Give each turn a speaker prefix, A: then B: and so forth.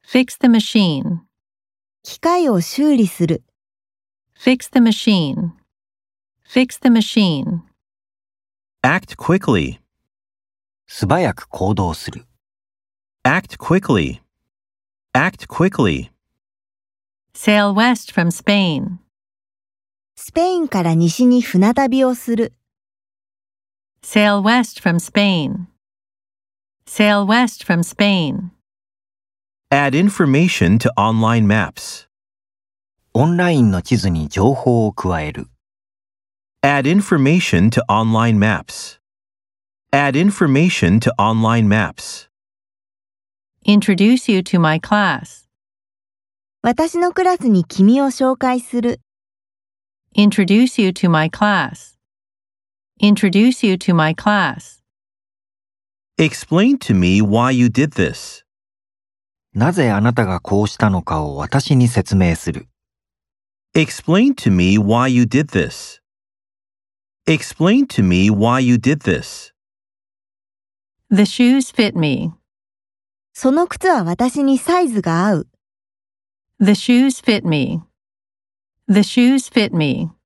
A: Fix the machine.
B: 機械を修理する、
A: Fix the machine. Fix the machine.
C: Act quickly.
D: 素早く行動する。
C: Act quickly. Act quickly.
A: Sail west from Spain.
B: スペインから西に船旅をする、
A: Sail west from Spain. Sail west from Spain.
C: Add information to online maps.
D: オンラインの地図に情報を加える。
C: Add information to online maps. Add information to online maps.
A: Introduce you to my class.
B: 私のクラスに君を紹介する、
A: Introduce you to my class. Introduce you to my class.
C: Explain to me why you did this.
D: なぜあなたがこうしたのかを私に説明する。
C: Explain to me why you did this. Explain to me why you did this.
A: The shoes fit me.
B: その靴は私にサイズが合う。
A: The shoes fit me. The shoes fit me.